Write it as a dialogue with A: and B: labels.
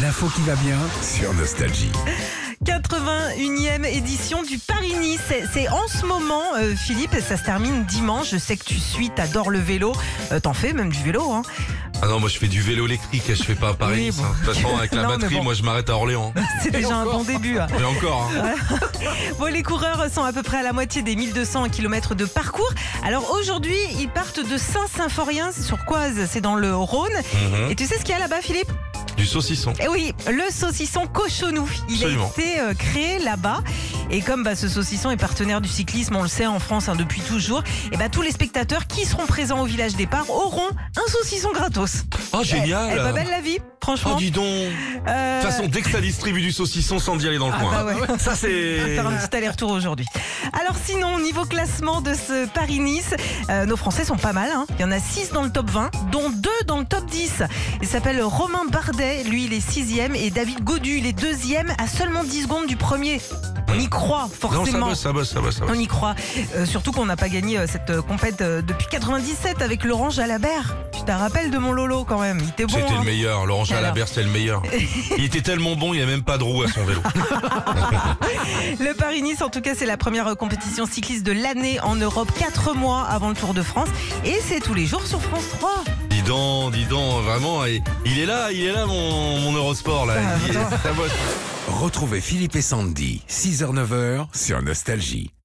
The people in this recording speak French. A: L'info qui va bien sur Nostalgie.
B: 81e édition du Paris-Nice. C'est- C'est en ce moment, euh, Philippe, et ça se termine dimanche. Je sais que tu suis, t'adores le vélo. Euh, T'en fais même du vélo. Hein.
C: Ah non, moi je fais du vélo électrique, je fais pas Paris.
B: Oui,
C: nice,
B: bon.
C: hein. De toute façon, avec la
B: Non, mais
C: batterie,
B: bon.
C: moi je m'arrête à Orléans.
B: C'est déjà un bon début. hein.
C: Mais encore, hein.
B: Bon, les coureurs sont à peu près à la moitié des 1200 km de parcours. Alors aujourd'hui, ils partent de Saint-Symphorien, c'est sur Coise, c'est dans le Rhône.
C: Mhm.
B: Et tu sais ce qu'il y a là-bas, Philippe
C: du saucisson.
B: Eh oui, le saucisson cochonou. Il
C: Absolument.
B: a été euh, créé là-bas. Et comme bah, ce saucisson est partenaire du cyclisme, on le sait en France hein, depuis toujours, et bah, tous les spectateurs qui seront présents au village départ auront un saucisson gratos.
C: Oh génial
B: Elle va Eh, bah, belle la vie,
C: Oh
B: franchement.
C: dis donc De
B: Euh,
C: toute façon, dès que ça distribue du saucisson sans d'y aller dans le
B: ah,
C: coin. hein.
B: bah ouais.
C: Ça
B: On va
C: c'est...
B: faire un petit aller-retour aujourd'hui. Alors sinon, niveau classement de ce Paris-Nice, euh, nos Français sont pas mal. hein. Il y en a 6 dans le top 20, dont 2 dans le top 10. Il s'appelle Romain Bardet, lui il est 6 et David Godu, il est 2 à seulement 10 secondes du premier. On y croit,
C: Non, ça
B: forcément.
C: bosse, ça bosse, ça bosse, ça
B: on
C: bosse.
B: y croit. Euh, surtout qu'on n'a pas gagné euh, cette euh, compète euh, depuis 97 avec Laurent Jalabert. Tu te rappelles de mon Lolo quand même. Il était bon.
C: C'était
B: hein.
C: le meilleur, Laurent Jalabert c'est le meilleur. Il était tellement bon, il n'y a même pas de roue à son vélo.
B: Le Paris-Nice, en tout cas, c'est la première euh, compétition cycliste de l'année en Europe, 4 mois avant le Tour de France. Et c'est tous les jours sur France 3.
C: Dis donc, dis donc, vraiment, et- il est là, il est là mon, mon Eurosport là.
B: Ah,
C: Il- ça bosse.
A: Retrouvez Philippe et Sandy, 6h-9h sur Nostalgie.